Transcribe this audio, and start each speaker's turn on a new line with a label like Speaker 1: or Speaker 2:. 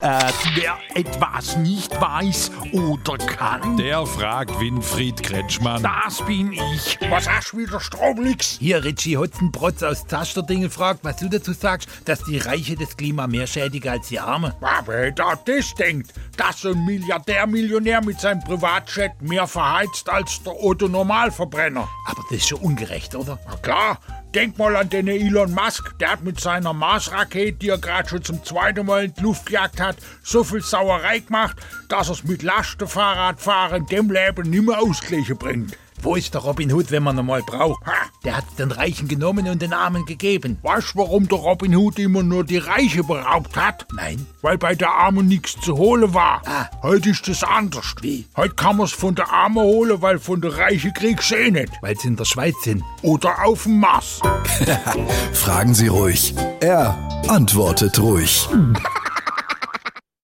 Speaker 1: Äh, wer etwas nicht weiß oder kann,
Speaker 2: Der fragt Winfried Kretschmann.
Speaker 1: das bin ich.
Speaker 3: Was hast du wieder Stromnix?
Speaker 4: Hier, Richie Hotzenprotz aus Zasterdingen fragt, was du dazu sagst, dass die Reiche das Klima mehr schädigen als die Arme.
Speaker 3: Aber da das denkt, dass so ein Milliardär-Millionär mit seinem Privatjet mehr verheizt als der Otto Normalverbrenner.
Speaker 4: Aber das ist schon ungerecht, oder?
Speaker 3: Na klar, denk mal an den Elon Musk, der hat mit seiner Mars-Rakete, die er gerade schon zum zweiten Mal in die Luft gejagt hat, so viel Sauerei gemacht, dass er's mit Lastenfahrradfahren dem Leben nimmer ausgleichen bringt.
Speaker 4: Wo ist der Robin Hood, wenn man ihn mal braucht?
Speaker 3: Ha.
Speaker 4: Der hat den Reichen genommen und den Armen gegeben.
Speaker 3: Weißt du, warum der Robin Hood immer nur die Reiche beraubt hat?
Speaker 4: Nein.
Speaker 3: Weil bei der Armen nichts zu holen war.
Speaker 4: Ah.
Speaker 3: Heute ist das anders.
Speaker 4: Wie?
Speaker 3: Heute kann man's von der Armen holen, weil von der Reichen kriegst du eh nicht.
Speaker 4: Weil sie in der Schweiz sind.
Speaker 3: Oder auf dem Mars.
Speaker 5: Fragen Sie ruhig. Er antwortet ruhig.